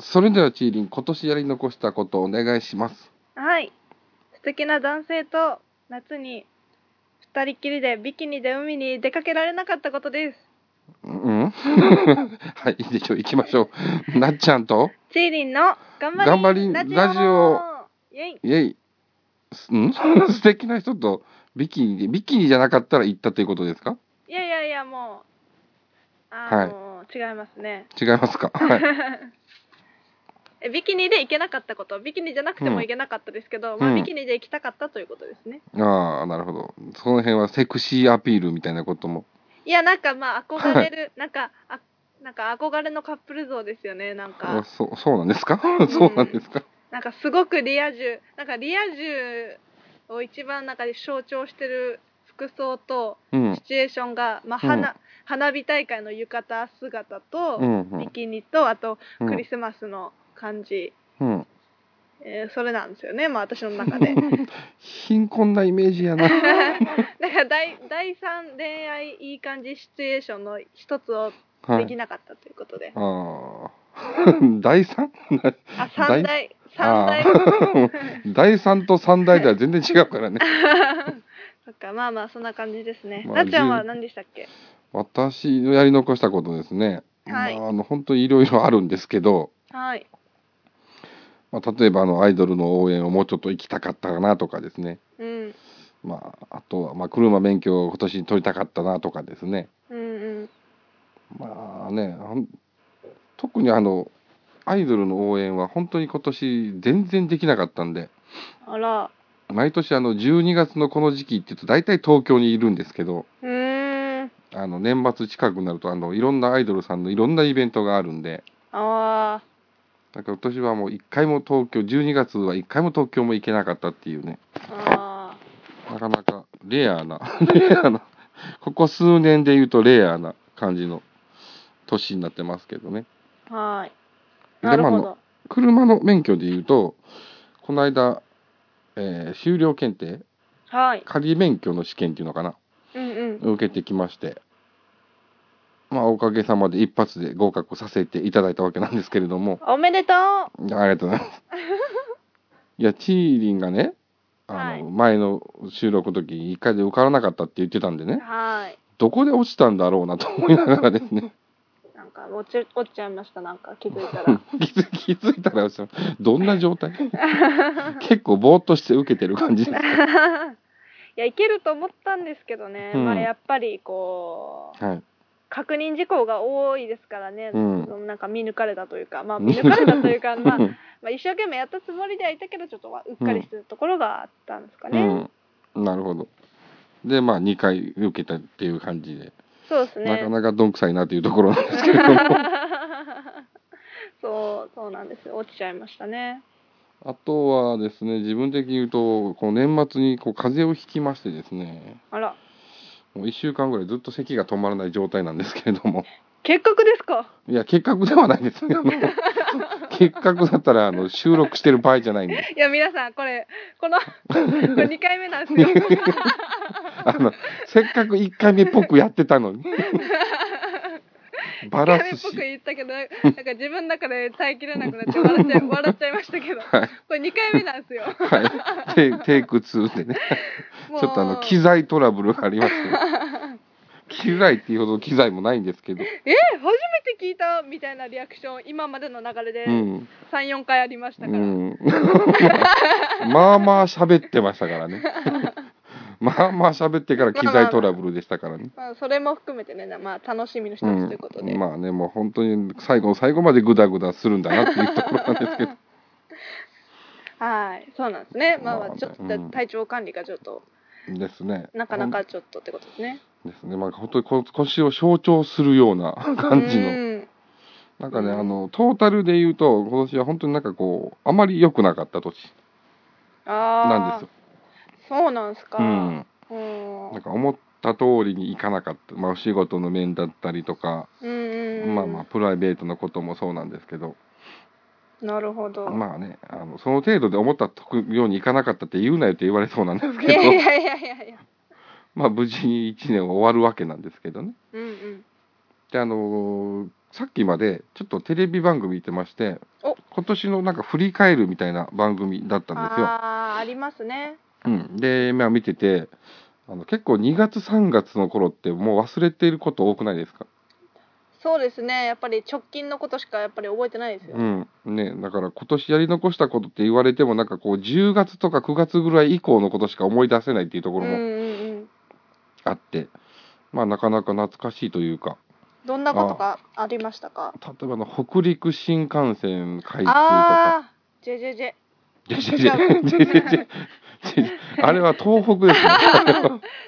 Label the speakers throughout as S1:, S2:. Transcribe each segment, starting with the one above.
S1: それではチーリン、今年やり残したことをお願いします。
S2: はい。素敵な男性と夏に二人きりでビキニで海に出かけられなかったことです。
S1: うんうん はい、いいでしょう。行きましょう。なっちゃんと、
S2: チーリンの頑張り
S1: 頑張り
S2: ラジオ
S1: ラジオ
S2: イェイ
S1: イェイ、すん素敵な人とビキニで、ビキニじゃなかったら行ったということですか
S2: いやいやいや、もう、あの、違いますね。
S1: 違いますかはい。
S2: えビキニで行けなかったこと、ビキニじゃなくて
S1: うん
S2: も行けなかったですけど、ま
S1: う
S2: あ、
S1: ん
S2: ビキニで行きたかったということですね。
S1: ああ、なるほど。その辺はセクシーアピールみたいなことも。
S2: いや、なんかまあ、憧れる、なんか、あなんか憧れのカップル像ですよね、なん
S1: あ
S2: か。
S1: そうそうなんですか そうなんですか、
S2: なんかすごくリア充、なんかリア充を一番なんか象徴してる服装と、
S1: うん
S2: シ、チュエーションが、まあ、
S1: うん
S2: 花、花火大会の浴衣姿と、
S1: うんう
S2: ビ
S1: ん
S2: キニと、あと、
S1: うん
S2: クリスマスの感じ。
S1: うん。
S2: えーそれなんですよね、まあ、私の中 で。
S1: 貧困なイメージやな。
S2: だから第第3恋愛いい感じシチュエーションの一つを
S1: は
S2: でき
S1: い。
S2: なかったということで、
S1: ああ。 第 3?
S2: あ三大三大
S1: 第3と3大では全然違うからね。
S2: そっかまあまあそんな感じですね、
S1: まあ
S2: なっちゃんは何でしたっけ
S1: 私のやり残したことですね。
S2: はい
S1: まあ、あの本当にいろいろあるんですけど、
S2: はい
S1: まあ、例えばあのアイドルの応援をもうちょっと行きたかったかなとかですね。
S2: うん
S1: まあ、あとは、まあ、車免許を今年取りたかったなとかですね。
S2: うんうん
S1: まあね、あん特にあの、アイドルの応援は本当に今年全然できなかったんで、
S2: あら
S1: 毎年あの12月のこの時期って言うと大体東京にいるんですけど、
S2: うーん
S1: あの年末近くになるとあのいろんなアイドルさんのいろんなイベントがあるんで、
S2: あ
S1: だから今年はもう一回も東京、12月は一回も東京も行けなかったっていうね、
S2: ーあ
S1: なかなかレアな、レアな、ここ数年で言うとレアな感じの年になってますけどね。
S2: ーはい
S1: で
S2: なる
S1: ま
S2: ほ
S1: あ
S2: ど
S1: 車の免許で言うと、この間、えー修了検定、
S2: はい
S1: 仮免許の試験っていうのかな、
S2: うんうん
S1: 受けてきまして、まあ、おかげさまで一発で合格させていただいたわけなんですけれども、
S2: おめでとう
S1: いやありがとうございます。いや、チーリンがね、あ
S2: はい
S1: の、前の収録の時に一回で受からなかったって言ってたんでね、
S2: はい
S1: どこで落ちたんだろうなと思いながらですね、
S2: なんか落ち落ちちゃいましたなんか気づ いたら
S1: 気づ気づいたら落ちた、どんな状態 結構ぼーっとして受けてる感じですか
S2: いやいけると思ったんですけどね、
S1: うん
S2: まあやっぱりこう
S1: はい。
S2: 確認事項が多いですからね、
S1: うん
S2: そのなんか見抜かれたというか、まあ、
S1: 見
S2: 見
S1: 抜
S2: 抜
S1: か
S2: か
S1: れ
S2: れ
S1: た
S2: たというか、 まあ、
S1: う
S2: ま
S1: ん
S2: あ一生懸命やったつもりではいたけど、ちょっとはうっかりするところがあったんですかね。
S1: うん。なるほど。で、まあ、2回受けたっていう感じで、
S2: そうです
S1: なか
S2: ね。
S1: なかどんくさいなというところなんですけれども、
S2: そう、そうなんですよ。落ちちゃいましたね。
S1: あとはですね、自分的に言うと、この年末にこう風邪をひきましてですね、
S2: あら、
S1: もう1週間ぐらいずっと咳が止まらない状態なんですけれども、
S2: 結核ですか。
S1: いや、結核ではないです ね。あの結核だったらあの収録してる場合じゃないんで、
S2: いや、皆さん、これ、この、これ二回目なんです よ。
S1: あのせっかく1回目っぽくやってたのに、 バラす
S2: 一回目っぽく
S1: し、
S2: 言ったけど、なんか自分の中で耐えきれなくなって笑 っちゃい、笑っちゃいましたけど。
S1: はい
S2: これ二回目なんですよ。
S1: はい、テイテイク2でね、
S2: もう
S1: ちょっとあの機材トラブルがありまして、 機材っていうほど機材もないんですけど、
S2: え初めて聞いたみたいなリアクション今までの流れで
S1: うん、
S2: 34回ありました
S1: う
S2: から、
S1: ん、 まあまあ喋ってましたから ね。まあまあ喋ってから機材トラブルでしたからね。
S2: まあ、それも含めてね、まあ、楽しみの一
S1: う
S2: つということで、
S1: ん、まあねもう本当に最後の最後までグダグダするんだなっていうところなんですけど
S2: はいそうなんですねまあ
S1: ま
S2: ま
S1: あ
S2: あちょっ
S1: う
S2: と
S1: ん
S2: 体調管理がちょっと
S1: ですね
S2: なかなかちょっとってことですね
S1: ほんですねまあ本当にこ腰を象徴するような感じの
S2: うん
S1: なんかね
S2: うん
S1: あのトータルで言うと今年は本当になんかこうあまり良くなかった年
S2: ああ
S1: なんですよ
S2: そうなんですか
S1: うん
S2: うん
S1: なんか思った通りにいかなかったまあお仕事の面だったりとか、
S2: うんうん
S1: まあまあプライベートのこともそうなんですけど
S2: あなるほど、
S1: まあねあのその程度で思ったようにいかなかったって言うなよって言われそうなんです
S2: い
S1: けど
S2: やいやいやいやいや
S1: まあ無事に1年は終わるわけなんですけどね
S2: うんうん
S1: であのーさっきまでちょっとテレビ番組見てまして
S2: お
S1: 今年のなんか振り返るみたいな番組だったんですよ。
S2: ああーありますね
S1: うん、で、まあ見てて、あの結構2月3月の頃ってもう忘れていること多くないですか
S2: そうですねやっぱり直近のことしかやっぱり覚えてないですよ、
S1: うん。ね、だから今年やり残したことって言われてもなんかこう10月とか9月ぐらい以降のことしか思い出せないっていうところ
S2: うん
S1: も
S2: うんうん
S1: あって、まあなかなか懐かしいというか、
S2: どんなことがありましたか
S1: 例えばあの北陸新幹線開通とか、
S2: ああージェジェジェ
S1: いやいやいやいやいやいや あれは東北です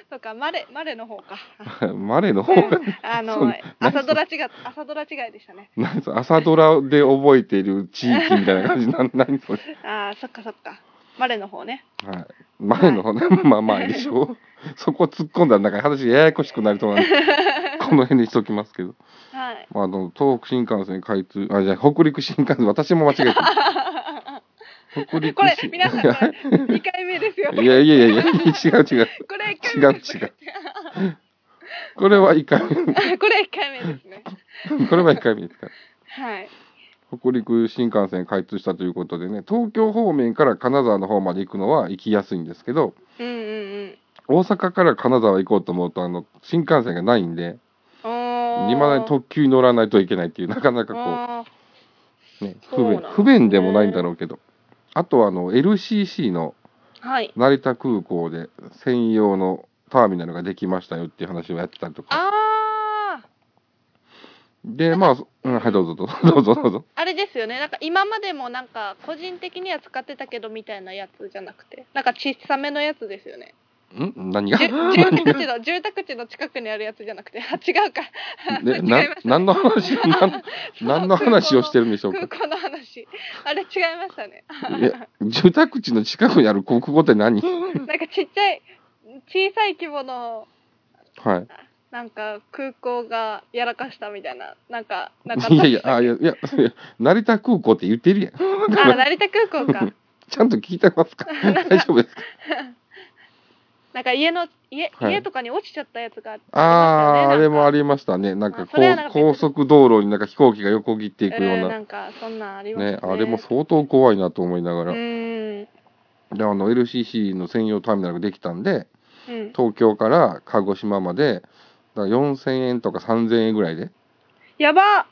S2: とかマレマレの方か
S1: ね。マレの方が、
S2: あの
S1: そう
S2: 朝ドラ違い朝ドラ違いでしたね
S1: 何それ朝ドラで覚えている地域みたいな感じなん、 何それ。
S2: ああそっかそっかマレの方ね
S1: はい。前の方ね、まあまあいいでしょ う。そこ突っ込んだらなんか話ややこしくなりそうなんで、この辺にしときますけど。
S2: はい
S1: まあ、あの、東北新幹線開通、あ、じゃあ北陸新幹線、私も間違えた。北陸
S2: これ
S1: 新
S2: 皆さんこれ2回目ですよ こ
S1: い
S2: れ
S1: やいやいやいや、違う違う。
S2: 1回
S1: 違
S2: 目
S1: う違う。これは一回目。
S2: あ これ1回目ですね
S1: これは一回目ですから。
S2: はい
S1: 北陸新幹線開通したということでね、東京方面から金沢の方まで行くのは行きやすいんですけど、
S2: うんうん
S1: 大阪から金沢行こうと思うと、あの、新幹線がないんで、
S2: うんおー
S1: 未だに特急に乗らないといけないっていう、なかなかこ
S2: あー
S1: う、ね、
S2: そ
S1: 不
S2: うなん
S1: 便、
S2: ですね
S1: 不便でもないんだろうけど。あとはあの、LCC の
S2: はい
S1: 成田空港で専用のターミナルができましたよっていう話をやってたりとか。
S2: ああ
S1: で、まあ、そうん、はい、どうぞどうぞ、どうぞどうぞ。
S2: あれですよねなんか今までもなんか個人的には使ってたけどみたいなやつじゃなくてなんか小さめのやつですよね
S1: ん何
S2: じ ゅ
S1: が
S2: 住宅地の住宅地の近くにあるやつじゃなくてあ違うか
S1: ね、
S2: 間違
S1: な
S2: えました
S1: 何の話、なん何の話をしてるんでしょうか
S2: 空。港の話あれ違いましたね
S1: い や、住宅地の近くにある国語って何
S2: なんかちっちゃい小さい規模の
S1: はい。
S2: なんか空港がやらかしたみたいななんかなんか
S1: いやいや、あいや、い や、いや成田空港って言ってるやん。
S2: あ成田空 港か
S1: ちゃんと聞いてますか 大丈夫ですか
S2: なんか家の家,、
S1: はい
S2: 家とかに落ちちゃったやつがありましたよね
S1: ああー、あれもあ
S2: り
S1: りましたね。なんか
S2: あそれは
S1: 高
S2: なんか別に
S1: 高速道路になんか飛行機が横切っていくよう
S2: な
S1: な。
S2: んかそんなんあります
S1: ね
S2: ね、
S1: あれも相当怖いなと思いなが
S2: う
S1: ら。
S2: ん
S1: で、あの、LCC の専用ターミナルができたんで、
S2: うん
S1: 東京から鹿児島まで、だから4000円とか3000円ぐらいで、
S2: やば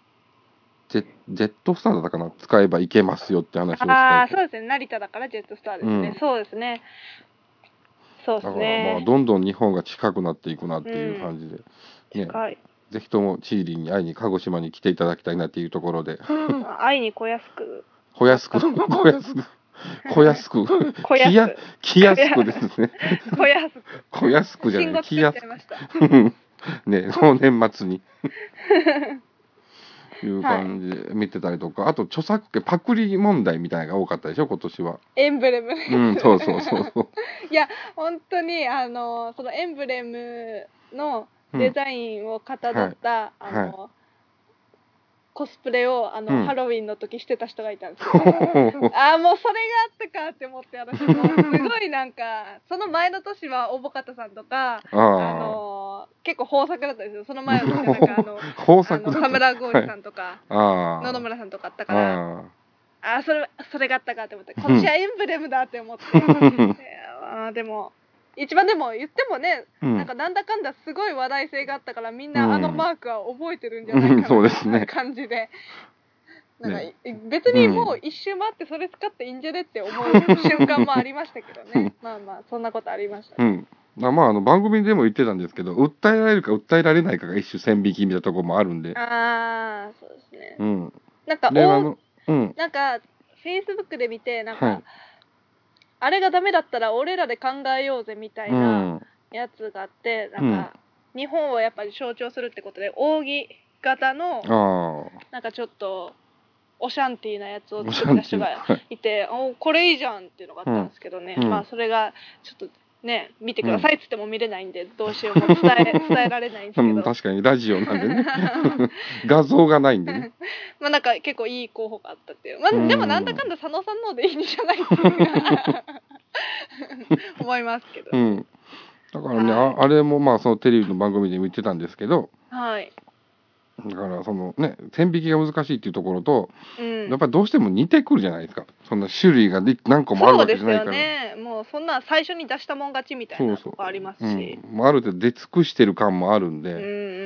S1: ジェジェットスターだったかな使えばいけますよって話をしたりとか
S2: ああーそうですね成田だからジェットスターですね、
S1: うん
S2: そうですねそうで
S1: だ
S2: す
S1: からまあ
S2: ね
S1: どんどん日本が近くなっていくなっていう感じで、ね、
S2: はい
S1: ぜひともチーリーに会いに鹿児島に来ていただきたいなっていうところで、
S2: 愛にこやすく
S1: 小安 く、小安く、小安く、
S2: 小安
S1: きや、きやすくですね。
S2: こやすく
S1: 小安くじゃな
S2: 信号
S1: い、
S2: つ
S1: き
S2: けちゃ
S1: や
S2: い
S1: すく。
S2: ました
S1: ね、この年末 に。いう感じで見てたりとか、あと著作権パクリ問題みたいなのが多かったでしょ今年 は。
S2: エンブレム
S1: うん、そうそうそうそう。
S2: いや本当にあのそのエンブレムのデザインをかたどった、
S1: うんはい
S2: あの、コスプレをあの、
S1: うん
S2: ハロウィンの時してた人がいたんです よ。
S1: うん
S2: あーもうそれがあったかって思って私もうすごいなんかその前の年は大方さんとか
S1: あ
S2: あ
S1: あ。
S2: の結構豊作だったんですよその前は年なんか あの
S1: 豊
S2: あ
S1: 作
S2: の
S1: だ
S2: 田
S1: った。
S2: 村剛志さんとか
S1: ああ。
S2: 野々村さんとかあったから
S1: ああ。
S2: あーそれそれがあったかって思って今年はエンブレムだって思って あーでも一番でも言ってもね
S1: うん
S2: なんかなんだかんだすごい話題性があったからみん
S1: うん
S2: なあのマークは覚えてるんじゃないか
S1: うん
S2: な
S1: そうですね
S2: 感じで。なんか
S1: ね
S2: 別にもう一周回ってそれ使っていいんじゃねって思う 瞬間もありましたけどねまあまあそんなことありました、
S1: うん。まあまあ、あの、番組でも言ってたんですけど、訴えられるか訴えられないかが一種線引きみたいなところもあるんで。
S2: ああそうですね
S1: うん。
S2: なんか
S1: で、あ
S2: お
S1: の、うん。
S2: なんかフェイスブックで見てなんか、
S1: はい。
S2: あれがダメだったら俺らで考えようぜみたいうなんやつがあって、なんか日本をやっぱり象徴するってことで扇形の
S1: あ
S2: なんかちょっとオシャンティーなやつ
S1: あ。
S2: を
S1: おし
S2: 作
S1: ゃ
S2: っ
S1: ん
S2: た
S1: て
S2: 人
S1: いう。
S2: が
S1: はい
S2: いておこれいいじゃんっていうのがあったんですけどね、
S1: うん
S2: まあそれがちょっとね見てくださいっつっても見れないんでどうしようも伝え 伝えられないんで
S1: う
S2: すけ
S1: ん、
S2: ど
S1: 確かにラジオなんでね。 画像がないんでね。
S2: まあなんか結構いい候補があったっていうまあ
S1: うん
S2: でもなんだかんだ佐野さんのでいいんじゃないっていうか思いますけど、
S1: うん。だからね、
S2: はい
S1: ああれもまあ、そのテレビの番組で見てたんですけど、
S2: はい
S1: だからそのね線引きが難しいっていうところと、
S2: うん
S1: やっぱりどうしても似てくるじゃないですかそんな種類がで何個もある
S2: そう
S1: わけ
S2: で
S1: じゃ
S2: す
S1: ないから
S2: よねもうそんな最初に出したもん勝ちみたいな
S1: そう
S2: と
S1: そ
S2: こあります
S1: う
S2: し
S1: ん、ある程度出尽くしてる感もあるんで、
S2: うんうん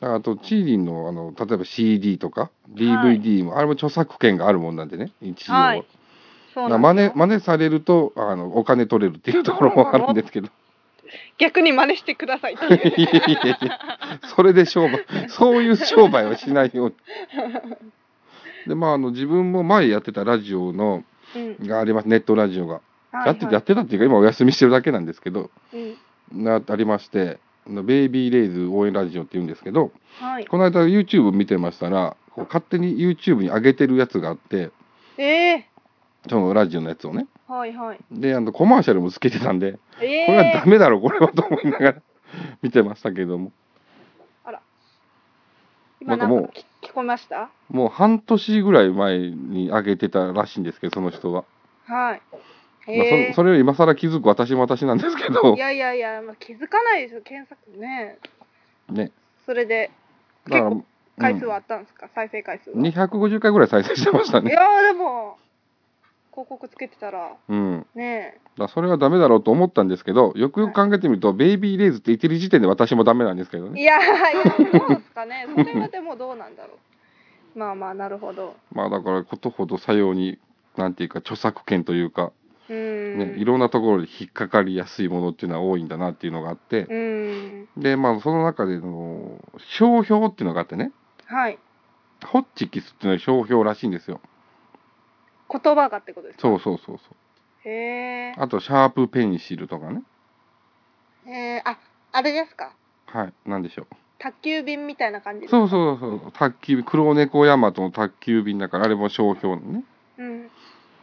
S1: だからあとチーリンのあの例えば CD とか
S2: はい
S1: DVD も、あれも著作権があるもんなんでね一応、
S2: はいそう
S1: ま
S2: な
S1: あ真
S2: んで
S1: 似
S2: すよ
S1: 真似されるとあのお金取れるっていうところもあるんですけど
S2: 逆に真似してく ださいって いう
S1: いやいやいや それで商売そういう商売はしないように。でまあ、あの自分も前やってたラジオの
S2: うん
S1: がありますネットラジオが、
S2: はい
S1: やってて
S2: はい
S1: やってたっていうか今お休みしてるだけなんですけど
S2: うん
S1: なありましてあのベイビーレイズ応援ラジオっていうんですけど
S2: はい
S1: この間 YouTube 見てましたらこう勝手に YouTube に上げてるやつがあって
S2: え
S1: そのラジオのやつをね
S2: ーはいはい
S1: であのコマーシャルもつけてたんで
S2: え
S1: これはダ
S2: ー
S1: メだろこれはと思いながら 見てましたけども
S2: 今なん
S1: なんかも
S2: か聞聞こえました
S1: もう半年ぐらい前に上げてたらしいんですけどその人は、
S2: はい
S1: まあ
S2: え
S1: そそ
S2: ー
S1: れより今更気づく私も私なんですけど
S2: いやいやいやまあ気づかないですよ検索ね
S1: ね
S2: それで
S1: だから
S2: 結構回数はあったんですか再生回数は
S1: うん、250回ぐらい再生してました
S2: い
S1: ね
S2: やーでも広告つけてたら
S1: うん
S2: ね
S1: だからそれはダメだろうと思ったんですけどよくよく考えてみると、ベイビーレイズって言ってる時点で私もダメなんですけど
S2: え
S1: ね
S2: いやーいやどうです かねそれはでもどうなんだろうまあまあなるほど
S1: まあだからことほどさようになんていうか著作権というか、
S2: うーん
S1: ねいろんなところで引っかかりやすいものっていうのは多いんだなっていうのがあって
S2: う、ーん
S1: でまあその中での商標っていうのがあってね
S2: はい
S1: ホッチキスっていうのは商標らしいんですよ
S2: 言葉がってことですか
S1: そうそうそうそう
S2: へえ
S1: あとシャープペンシルとかね
S2: えー、ああれですか
S1: はいなんでしょ
S2: 宅急便みたいな感じ
S1: う
S2: ですか
S1: そうそうそう宅急便黒猫ヤマトの宅急便だからあれも商標のね
S2: うん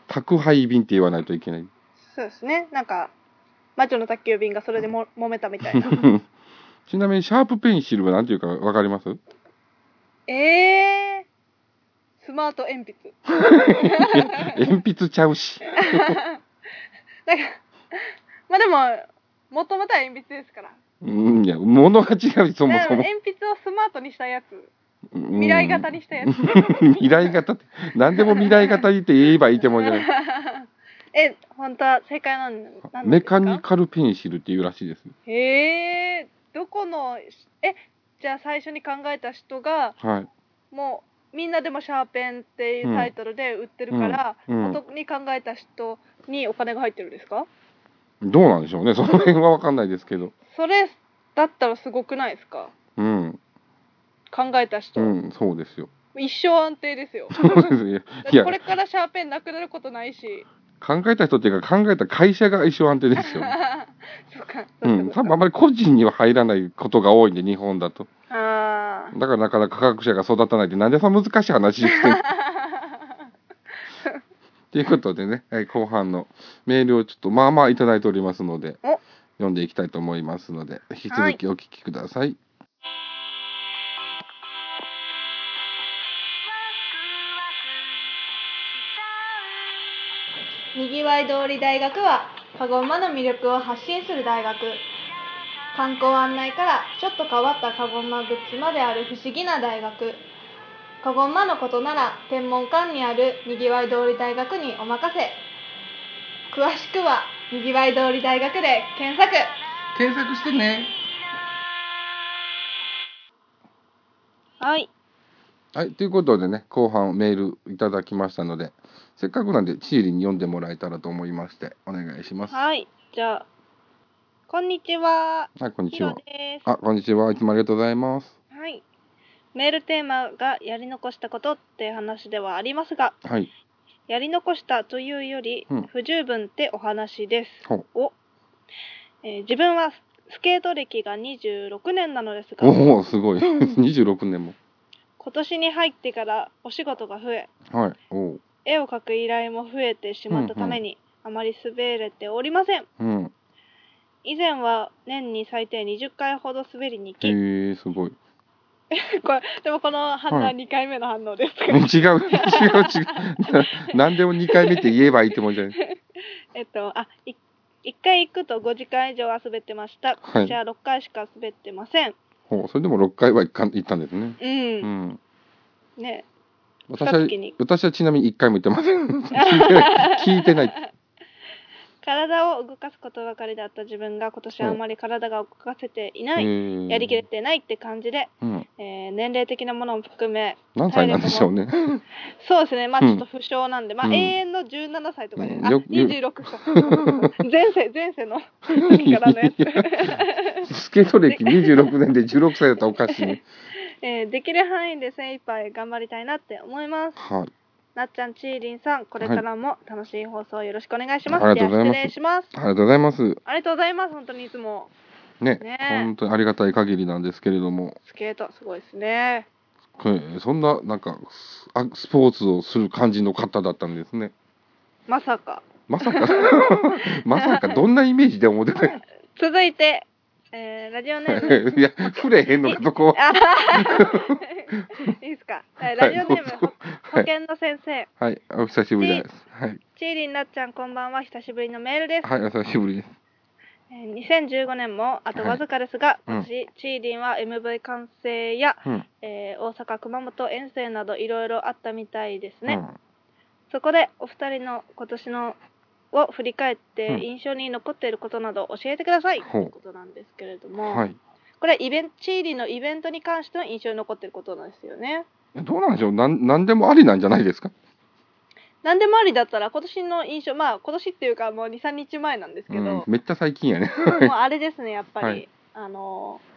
S1: 宅配便って言わないといけない
S2: そうですねなんか魔女の宅急便がそれでも揉めたみたいな
S1: ちなみにシャープペンシルは何ていうかわかり ます
S2: ええー、スマート鉛筆
S1: 鉛筆ちゃうし。
S2: なんか、まあでも、もともとは鉛筆ですから。
S1: うん、いや、物が違うし、そもそ
S2: うん
S1: も。
S2: 鉛筆をスマートにしたやつ。
S1: うん
S2: 未来型にしたやつ。
S1: 未来型って、何でも未来型って言えばいいってもんじゃない。
S2: え、本当は正解なんなんですか
S1: メカニカルペンシルっていうらしいです。
S2: へえー、どこの、え、じゃあ最初に考えた人が、
S1: はい。
S2: もう、みんなでもシャーペンっていうタイトルで売ってるから、
S1: うんうん
S2: 元に考えた人にお金が入ってるんですか
S1: どうなんでしょうね。その辺はわかんないですけど。
S2: それだったらすごくないですか
S1: うん。
S2: 考えた人、
S1: うん、そうです よ。
S2: 一生安定ですよ。
S1: そうですよ。
S2: だっ
S1: い
S2: て
S1: や
S2: こ、れからシャーペンなくなることないし、
S1: 考えた人っていうか、考えた会社が一緒安定ですよ。。
S2: そうか、そうういうんこと
S1: 多
S2: か
S1: 分あんまり個人には入らないことが多いんで、日本だと。
S2: あ
S1: だからなかなか科学者が育たないって、なんでそんな難しい話して んのということでね、はい後半のメールをちょっとまあまあいただいておりますので
S2: お、
S1: 読んでいきたいと思いますので、引き続きお聞きください。
S2: ーにぎわい通り大学はカゴ馬の魅力を発信する大学観光案内からちょっと変わったカゴ馬グッズまである不思議な大学カゴ馬のことなら天文館にあるにぎわい通り大学にお任せ詳しくはにぎわい通り大学で検索
S1: 検索してね。
S2: はい
S1: はい、ということでね、後半メールいただきましたので、せっかくなんでチーリに読んでもらえたらと思いまして、お願いします。はい
S2: じゃあこんにちは、
S1: こんにちは。
S2: です
S1: あ、こんにちは。いつもありがとうございます。
S2: はい。メールテーマがやり残したことっていう話ではありますが、
S1: はい。
S2: やり残したというより
S1: うん
S2: 不十分ってお話です。
S1: ほう
S2: お、えー自分はススケート歴が26年なのですが、
S1: おお、すごい。26年 も。
S2: 今年に入ってからお仕事が増え、
S1: はい。おお。
S2: 絵を描く依頼も増えてしまったために、あまり滑れておりません。
S1: うん。
S2: 以前は年に最低20回ほど滑りに行
S1: へえ
S2: き、
S1: すごい。
S2: これでもこの反応は
S1: はい
S2: 2回目の反応です
S1: 違う、違う、違う。な何でも2回目って言えばいいってもんじゃ ない。
S2: えっと、あ、い一回行くと5時間以上は滑ってました。
S1: はい
S2: じゃあ6回しか滑ってません。
S1: ほうそれでも6回は行かん行ったんですね。
S2: うん、
S1: うん、
S2: ね
S1: 私
S2: 来た
S1: は
S2: 時に
S1: 私はちなみに1回も行ってま せん聞いてない聞いてない
S2: 体を動かすことばかりだった自分が今年はあまり体が動かせていない、
S1: い
S2: やりきれ、てないって感じで、
S1: うん、
S2: えー年齢的なものも含め
S1: 何歳なんでしょうね
S2: そうですねまあ
S1: うん
S2: ちょっと不詳なんで、まあ
S1: うん
S2: 永遠の17歳とかで、
S1: うん
S2: あ
S1: よよ
S2: 26か前世前世の 時からのやつ
S1: い スケート歴26年で16歳だったらおかしいね
S2: えーできる範囲で精一杯頑張りたいなって思います。
S1: はい
S2: なっちゃん、ちーりんさん、これからも楽しい放送よろしくお願いします。
S1: ありがとうございます
S2: では失礼します。
S1: ありがとうございます
S2: ありがとうございます。本当にいつも
S1: ね
S2: ね
S1: 本当にありがたい限りなんですけれども、
S2: スケートすごいですね。
S1: えーそんななんかスあスポーツをする感じの方だったんですね
S2: まさか。
S1: まさか まさかどんなイメージで思ってた
S2: 続いて、えーラジオネー ム。
S1: いや触れへんのかそこは
S2: あははいいですか。はい、ラジオネーム、
S1: どうぞ
S2: 保
S1: はい
S2: 険の先生。
S1: はいお久しぶりですはい
S2: ちーりんなっちゃん、こんばんは。久しぶりのメールです。
S1: はいお久しぶりです
S2: えー2015年もあとわずかですが、
S1: はいうん
S2: 今年、ちーりんは MV 完成や、
S1: うん
S2: えー大阪熊本遠征などいろいろあったみたいですね、
S1: うん
S2: そこでお二人の今年のを振り返っ
S1: う
S2: て
S1: ん
S2: 印象に残っていることなど教えてください、
S1: ほ
S2: と
S1: う
S2: いうことなんですけれども、
S1: はい
S2: これイベンチーリのイベントに関しての印象に残っていることなんですよね
S1: どうなんでしょうなん何でもありなんじゃないですか
S2: 何でもありだったら今年の印象まあ今年っていうかもう23日前なんですけど、
S1: うん
S2: も、
S1: めっちゃ最近や ね
S2: うあれですねやっぱり、
S1: はい
S2: あのー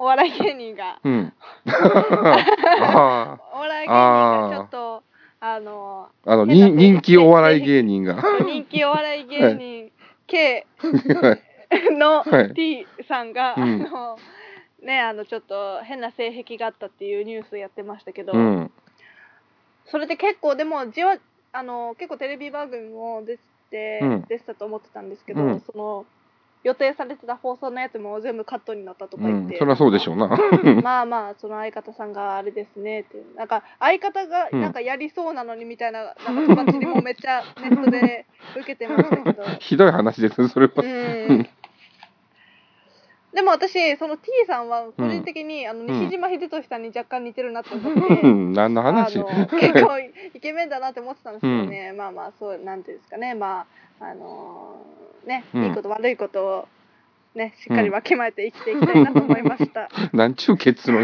S2: お笑い芸人が
S1: うん あ
S2: お笑い芸人がちょっとあのー
S1: ああの
S2: 変な
S1: 人人気お笑い芸人 がは
S2: 人気お笑い芸人 K の
S1: はい
S2: T さんが、
S1: うん
S2: あのねあのちょっと変な性癖があったっていうニュースやってましたけど、
S1: うん
S2: それで結構でもじわあの結構テレビ番組も出てて、
S1: うん
S2: 出てたと思ってたんですけど、
S1: うん
S2: その予定されてた放送のやつも全部カットになったとか
S1: う
S2: 言っ
S1: ん
S2: て、
S1: そりゃそうでしょうな
S2: まあまあその相方さんがあれですねっていうなんか相方が
S1: うん
S2: なんかやりそうなのにみたいななんか友達にもめっ ちゃネットで受けてましたけど。
S1: ひどい話ですねそれは
S2: うんでも私その T さんは個人的に、あの
S1: ん
S2: 西島秀俊さんに若干似てるなって思っ
S1: う
S2: て、
S1: ん 何の
S2: あの
S1: 話
S2: 結構イケメンだなって思ってたんですけどね、まあまあそうなんていうんですかねまああのーね、
S1: うん
S2: いいこと悪いことをねしっかりわきまえて生きていきたいなと思い ました、
S1: なんちゅう結論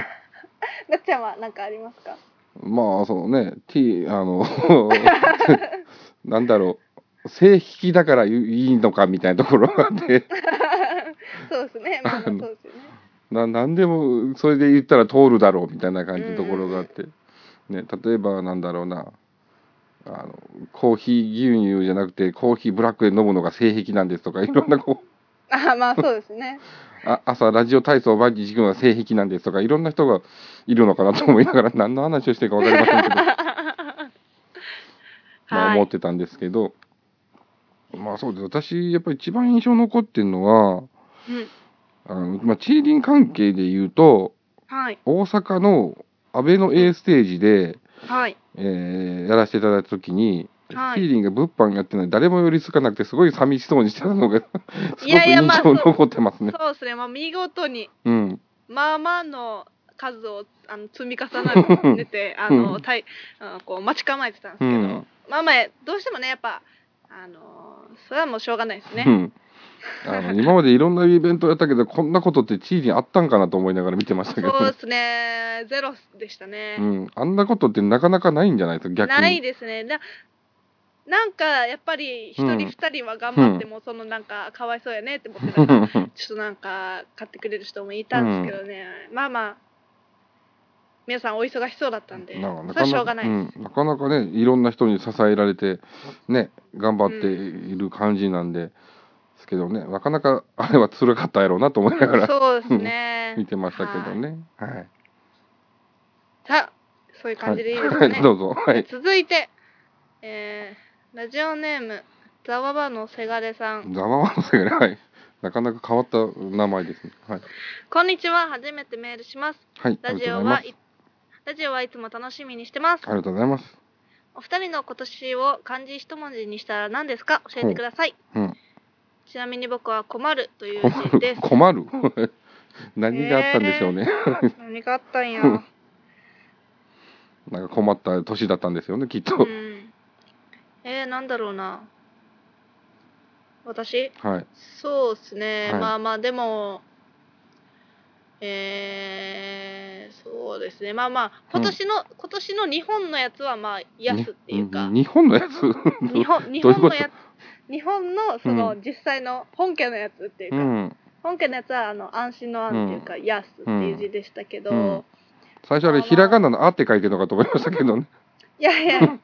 S2: なっちゃんは何かありますか
S1: まあそのね T あの なんだろう性癖だからいいのかみたいなところがあって
S2: そうです ねまあまあそうですよね
S1: な何でもそれで言ったら通るだろうみたいな感じのところがあって、ね、例えばなんだろうなあのコーヒー牛乳じゃなくてコーヒーブラックで飲むのが性癖なんですとかいろんなこう
S2: あまあそうですね
S1: あ朝ラジオ体操を毎日行くのが性癖なんですとかいろんな人がいるのかなと思いながら何の話をしてるか分 かりませんけど、まあ、
S2: はい
S1: 思ってたんですけど、まあそうです私やっぱり一番印象残ってるのは
S2: うん
S1: あの、まあ、チーリン関係で言うと
S2: はい
S1: 大阪の安倍の A ステージで、
S2: はい
S1: えーやらせていただいた時に、
S2: はい
S1: ヒーリンが物販やってない誰も寄りつかなくてすごい寂し そうにしてたのがすごく
S2: いやいや
S1: 印
S2: まあ
S1: 象に残ってますね。
S2: そうですね、まあ、見事に
S1: うん、
S2: まあまあの数をあの積み重ねて てあのたいあのこう待ち構えてたんです
S1: う
S2: けど、
S1: ん、
S2: まあまあどうしてもねやっぱあのそれはもうしょうがないですね、
S1: うんあの今までいろんなイベントやったけどこんなことってチーリンあったんかなと思いながら見てましたけど、
S2: そうですねゼロでしたね、
S1: うん、あんなことってなかなかないんじゃないですか逆に。
S2: ないですねななんかやっぱり一
S1: うん
S2: 人二人は頑張っても、そのなんかかわいそうやねって思ってなんかちょっとなんか買ってくれる人もいたんですけどね、まあまあ皆さんお忙しそうだったんで
S1: なな
S2: それは
S1: か
S2: しょ
S1: な
S2: う
S1: か
S2: がないです、
S1: うんなかなかねいろんな人に支えられてね頑張っている感じなんで、ですけどねなかなか あれは辛かったやろうなと思いながら
S2: そうですね
S1: 見てましたけどねはい、
S2: さあ、そういう感じでいいです
S1: は
S2: か
S1: い
S2: ね。
S1: どうぞはい
S2: 続いて、えー、ラジオネーム、ざわばのせがれさん。
S1: ざわわのせがねはいなかなか変わった名前ですねはい
S2: こんにちは、初めてメールします。
S1: はいあ
S2: ラ
S1: りが
S2: ジ
S1: とう
S2: オ
S1: ございま
S2: は
S1: す
S2: い、ラジオはいつも楽しみにしてます
S1: あ。りがとうございます
S2: お二人の今年を漢字一文字にしたら何ですか教えてください。
S1: うん
S2: ちなみに僕は困るという
S1: 困
S2: 字
S1: る
S2: です。
S1: 困る何があったんでしょうね、
S2: 何があったんや。
S1: なんか困った年だったんですよねきっと、
S2: うん。えー、なんだろうな。私
S1: はい
S2: そうっすね、
S1: はい
S2: まあまあでもえー、そうですねまあまあ今年の、今年の日本のやつはまあ安っていうか、
S1: に日本のやつ
S2: 日本日
S1: どういうこ
S2: 本
S1: と
S2: のやつ日本のその、
S1: う
S2: 実際の本家のやつってい
S1: う
S2: うか、
S1: ん
S2: 本家のやつはあの安心の安っていうか、安っていう字でしたけど、
S1: うん最初あれひらがなの「あ」って書いてるのかと思いましたけどね
S2: いやいや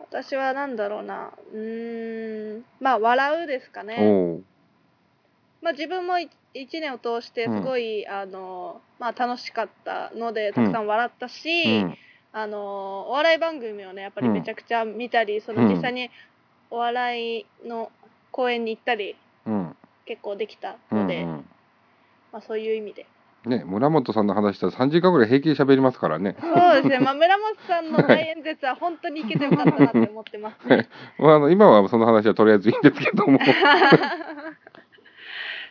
S2: 私はなんだろうなうーんまあ笑うですかね
S1: おお
S2: まあ、自分もい一年を通してすごい、あのまあ、楽しかったのでたくさん笑ったし、
S1: うん
S2: あのお笑い番組をねやっぱり
S1: うん
S2: めちゃくちゃ見たり、そ
S1: うん
S2: の実際にお笑いの公演に行ったり
S1: うん
S2: 結構できた
S1: うんう
S2: ので、
S1: ん
S2: まあ、そういう意味で
S1: ね村本さんの話したら3時間ぐらい平気で喋りますからね
S2: そうですね、まあ、村本さんの大演説は本当にいけてよかったなって思ってますね
S1: まあ、あの今はその話はとりあえずいいんですけども、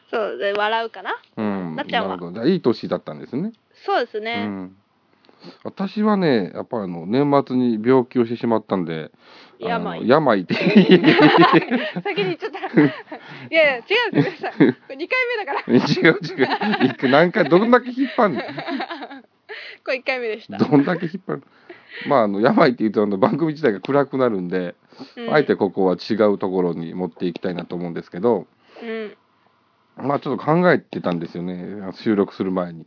S2: そうで笑うかな
S1: うん、
S2: なっちゃんは
S1: るほどじゃあいい年だったんですね、
S2: そうです
S1: う
S2: ね、
S1: ん、私はねやっぱりあの年末に病気をしてしまったんであの
S2: 病
S1: 病って 言
S2: 先に言っちゃった いやいや違うんですよ皆さんこれ2回目だから
S1: え違う違う一回何回どんだけ引っ張る
S2: これ1回目でした
S1: どんだけ引っ張るまああの病って言うとあの番組自体が暗くなるんで、
S2: うん
S1: あえてここは違うところに持っていきたいなと思うんですけど
S2: うん
S1: まあちょっと考えてたんですよね収録する前に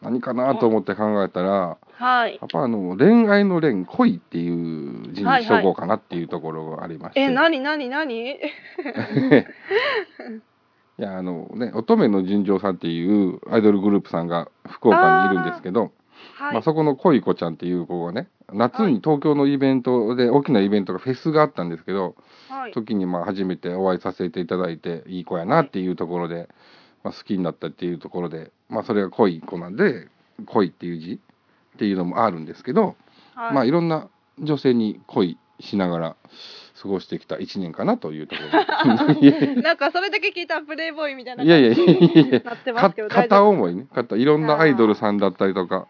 S1: 何かなと思って考えたら
S2: はい
S1: や。っぱあの恋愛の恋恋っていう字に
S2: はいはい
S1: 処方かなっていうところがありまして、
S2: え、 なになになに
S1: いやあのね乙女の純情さんっていうアイドルグループさんが福岡にいるんですけど
S2: はい。
S1: まあ、そこの恋子ちゃんっていう子がね夏に東京のイベントで大きなイベントがフェスがあったんですけど、
S2: はい。
S1: 時にまあ初めてお会いさせていただいていい子やなっていうところで、まあ、好きになったっていうところで、まあ、それが恋子なんで恋っていう字っていうのもあるんですけど、
S2: はい。
S1: まあいろんな女性に恋しながら過ごしてきた1年かなというとこ ろいや
S2: なんかそれだけ聞いたらプレイボーイみたいない
S1: やいやいやいや
S2: なってま
S1: か
S2: すけど、大
S1: 片
S2: 丈
S1: 思いね片いろんなアイドルさんだったりとか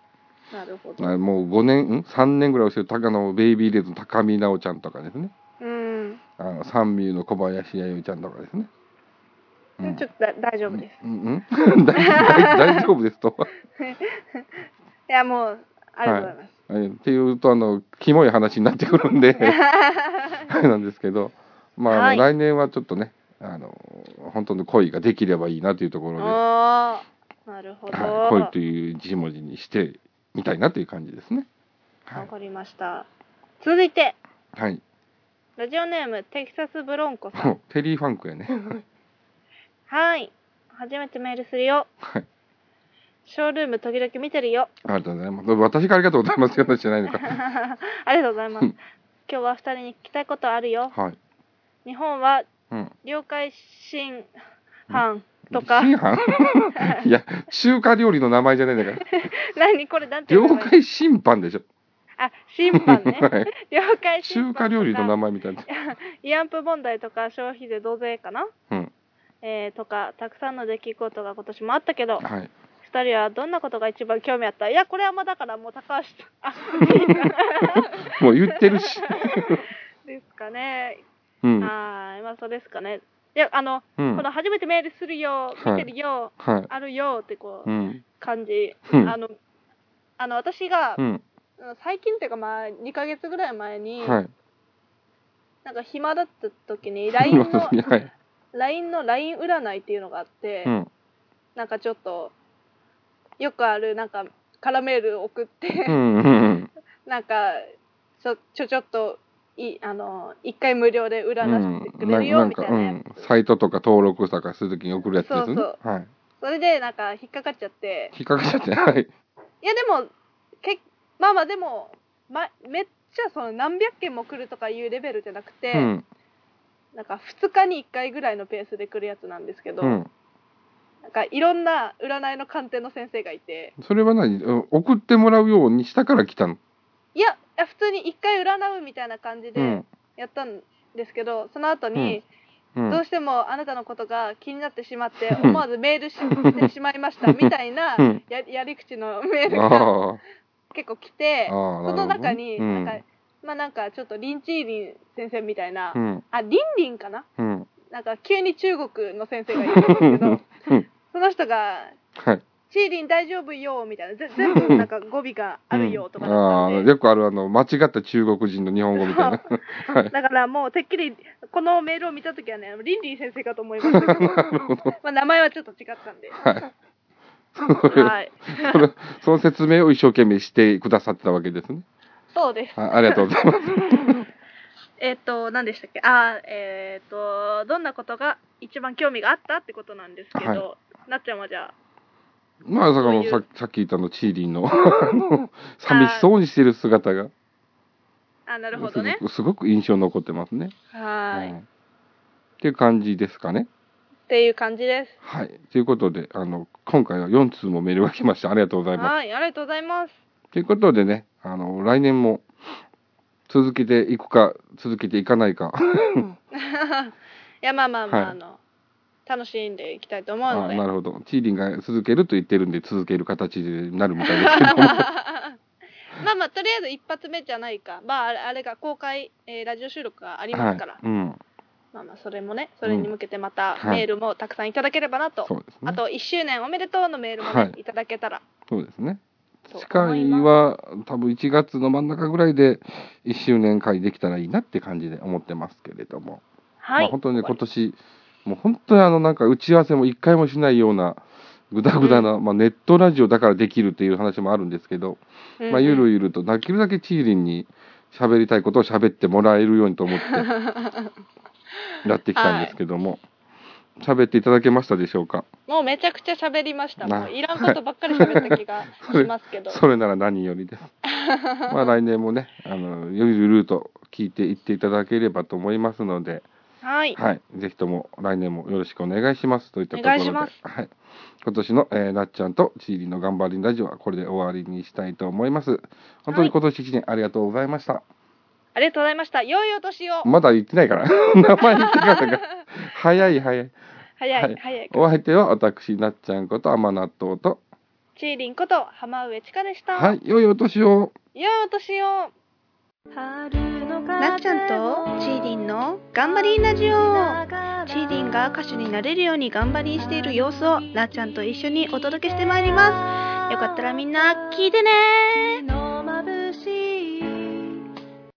S2: 夫。なるほど。
S1: まあもう5年ん3年ぐらいをしてる高野ベイビーレーズの高見直ちゃんとかですね
S2: うん。
S1: あの三ミューの小林弥生ちゃんとかですね。うん
S2: ちょっとだ大丈夫です。
S1: うんうん、 大大大丈夫ですと。
S2: いや、もう、ありがとうございます。
S1: えっていうとあのキモい話になってくる んであれなんですけど、まああの
S2: はい
S1: 来年はちょっとねあの本当の恋ができればいいなというところで、は
S2: ああ、なるほ
S1: い
S2: ど。
S1: 恋という字文字にしてみたいなという感じですね。は
S2: わ
S1: い、
S2: かりました。続いて、
S1: はい、
S2: ラジオネーム、テキサスブロンコさ
S1: ほ
S2: ん
S1: う。テリーファンクやね。
S2: はい。初めてメールするよ。
S1: はい、
S2: ショールーム時々見てるよ。
S1: ありがとうございます。私がありがとうございますようじゃないのか。
S2: ありがとうございます
S1: うん。
S2: 今日は二人に聞きたいことあるよ。
S1: はい、
S2: 日本は
S1: うん。
S2: 領海侵犯とか、
S1: 新飯いや中華料理の名前じゃないんだから。
S2: 何これなんていう
S1: 了
S2: 名前
S1: 解審判でしょ。
S2: あ、審判ね。
S1: はい
S2: 領
S1: 中
S2: 海侵犯と
S1: 華
S2: か
S1: 料理の名前みたいな。
S2: 慰安婦問題とか消費税増税かな、
S1: うん。
S2: えー、とか、たくさんの出来事が今年もあったけど、
S1: はい。
S2: 二人はどんなことが一番興味あったいや、これはまあだからもう高橋さん、あ、
S1: もう言ってるし。
S2: ですかね。
S1: うん。は
S2: はい、まあそうですかね。いや、あの、
S1: うん
S2: この初めてメールするよ、見てるよ、
S1: い。
S2: あるよってこう、
S1: うん。
S2: 感じ。
S1: うん
S2: あの、あの、私が、
S1: うん。
S2: 最近っていうかまあ2ヶ月ぐらい前に、
S1: はい。
S2: なんか暇だった時 に LINE の
S1: はい。
S2: LINE の LINE 占いっていうのがあって、
S1: うん。
S2: なんかちょっとよくあるなんか空メール送って、
S1: うん。うん。
S2: なんかちょちょちょっといあの1回無料で
S1: う
S2: 占
S1: ん
S2: ってく
S1: な
S2: れるよ
S1: なん
S2: み
S1: か、
S2: たいうなや
S1: ん。
S2: つ、
S1: サイトとか登録とかするときに送るやつです
S2: そう
S1: ね
S2: そ。
S1: はい。
S2: それでなんか引っかかっちゃって
S1: 引っ掛けちゃって。はい。
S2: いやでもけまあまあでも、ま、めっちゃその何百件も来るとかいうレベルじゃなくて、
S1: うん。
S2: なんか2日に1回ぐらいのペースで来るやつなんですけど、
S1: うん。
S2: なんかいろんな占いの鑑定の先生がいて、
S1: それは何うん送ってもらうようにしたから来たの。
S2: いや、いや普通に一回占うみたいな感じ
S1: う
S2: で
S1: ん。
S2: やったんですけど、その後に、
S1: うん
S2: どうしてもあなたのことが気になってしまって思わずメールしてしまいましたみたいな
S1: うん
S2: ややり口のメールが
S1: ああ
S2: 結構来て
S1: あー
S2: その中に
S1: なるほどねう
S2: なんんか、まあなんかちょっとリンチーリン先生みたいな、
S1: うん
S2: あリンリンかな
S1: うん
S2: なんか急に中国の先生がいるんですけ
S1: う
S2: ど
S1: ん
S2: その人が
S1: はい
S2: 「チーリン大丈夫よ」みたい なぜ全部なんか語尾があるよとか
S1: うん
S2: だ
S1: ああ
S2: ったんで
S1: よくあるあの間違った中国人の日本語みたいな
S2: だからもうてっきりこのメールを見た時はねリンリン先生かと思いま したけどまあ名前はちょっと違ったんで。
S1: はい
S2: はい、
S1: それその説明を一生懸命してくださってたわけですね
S2: そうです。
S1: あありがとうござい ます
S2: えっ、と、何でしたっけあーえっ、と、どんなことが一番興味があったってことなんですけど、
S1: は
S2: なっちゃんはじゃあ、
S1: まあ、だからさ
S2: そうい
S1: さっき言ったあのチーリンのあの 寂しそうにしてる姿が
S2: あなるほどね
S1: す。ごくすごく印象に残ってますね。
S2: はーい、
S1: うん
S2: っ
S1: っていう感じですかね。
S2: ていう感じです。
S1: はい。ということで、あの、今回は4通もメールが来ました。ありがとうございま
S2: はい、ありがとうございます。
S1: す。ということでね、あの、来年も続けていくか、続けていかないか、
S2: いや、まあまあまあ、
S1: はい
S2: あの、楽しんでいきたいと思う
S1: あ
S2: ので。
S1: なるほど。チーリンが続けると言ってるんで、続ける形になるみたいですけども。
S2: まあまあ、とりあえず一発目じゃないか。まあ、あれあれが公開、えーラジオ収録がありますから、
S1: はい。うん。
S2: まあまあ、それもね、それに向けてまた
S1: はい
S2: メールもたくさんいただければなと。
S1: そうですね
S2: あ。と1周年おめでとうのメールも、ね
S1: はい
S2: い、ただけたら。
S1: そうですね。
S2: そう
S1: 次回は多分1月の真ん中ぐらいで1周年会できたらいいなって感じで思ってますけれども、
S2: はい。
S1: まあ、本当にね今年もう本当にあのなんか打ち合わせも1回もしないようなぐだぐだな、まあ、ネットラジオだからできるっていう話もあるんですけど、
S2: うん
S1: まあ、ゆるゆるとできるだけチーリンに喋りたいことを喋ってもらえるようにと思 ってやってきたんですけども喋っていただけましたでしょうか
S2: もうめちゃくちゃ喋りました。
S1: な
S2: もういらんことばっかり喋った気がしますけど。
S1: それなら何より です。まあ来年もね、あのゆるゆると聞いていっていただければと思いますので、
S2: はい。
S1: はい、ぜひとも来年もよろしくお願いしますといったところ
S2: お願い
S1: で、
S2: します
S1: はい、今年の、えーなっちゃんとちーりの頑張りラジオはこれで終わりにしたいと思います。本当に今年一年ありがとうございました。
S2: ありがとうございました。良いお年を。
S1: まだ言ってない から、名前言ってからが早い早い。
S2: 早
S1: はい
S2: い、早い。
S1: お相手は私なっちゃんこと甘納豆と、
S2: チーリンこと浜上千佳でした。
S1: はい、良いお年を。
S2: 良いお年を。
S3: なっちゃんとチーリンの頑張りラジオチーリンが歌手になれるように頑張りしている様子をなっちゃんと一緒にお届けしてまいりますよかったらみんな聞いてね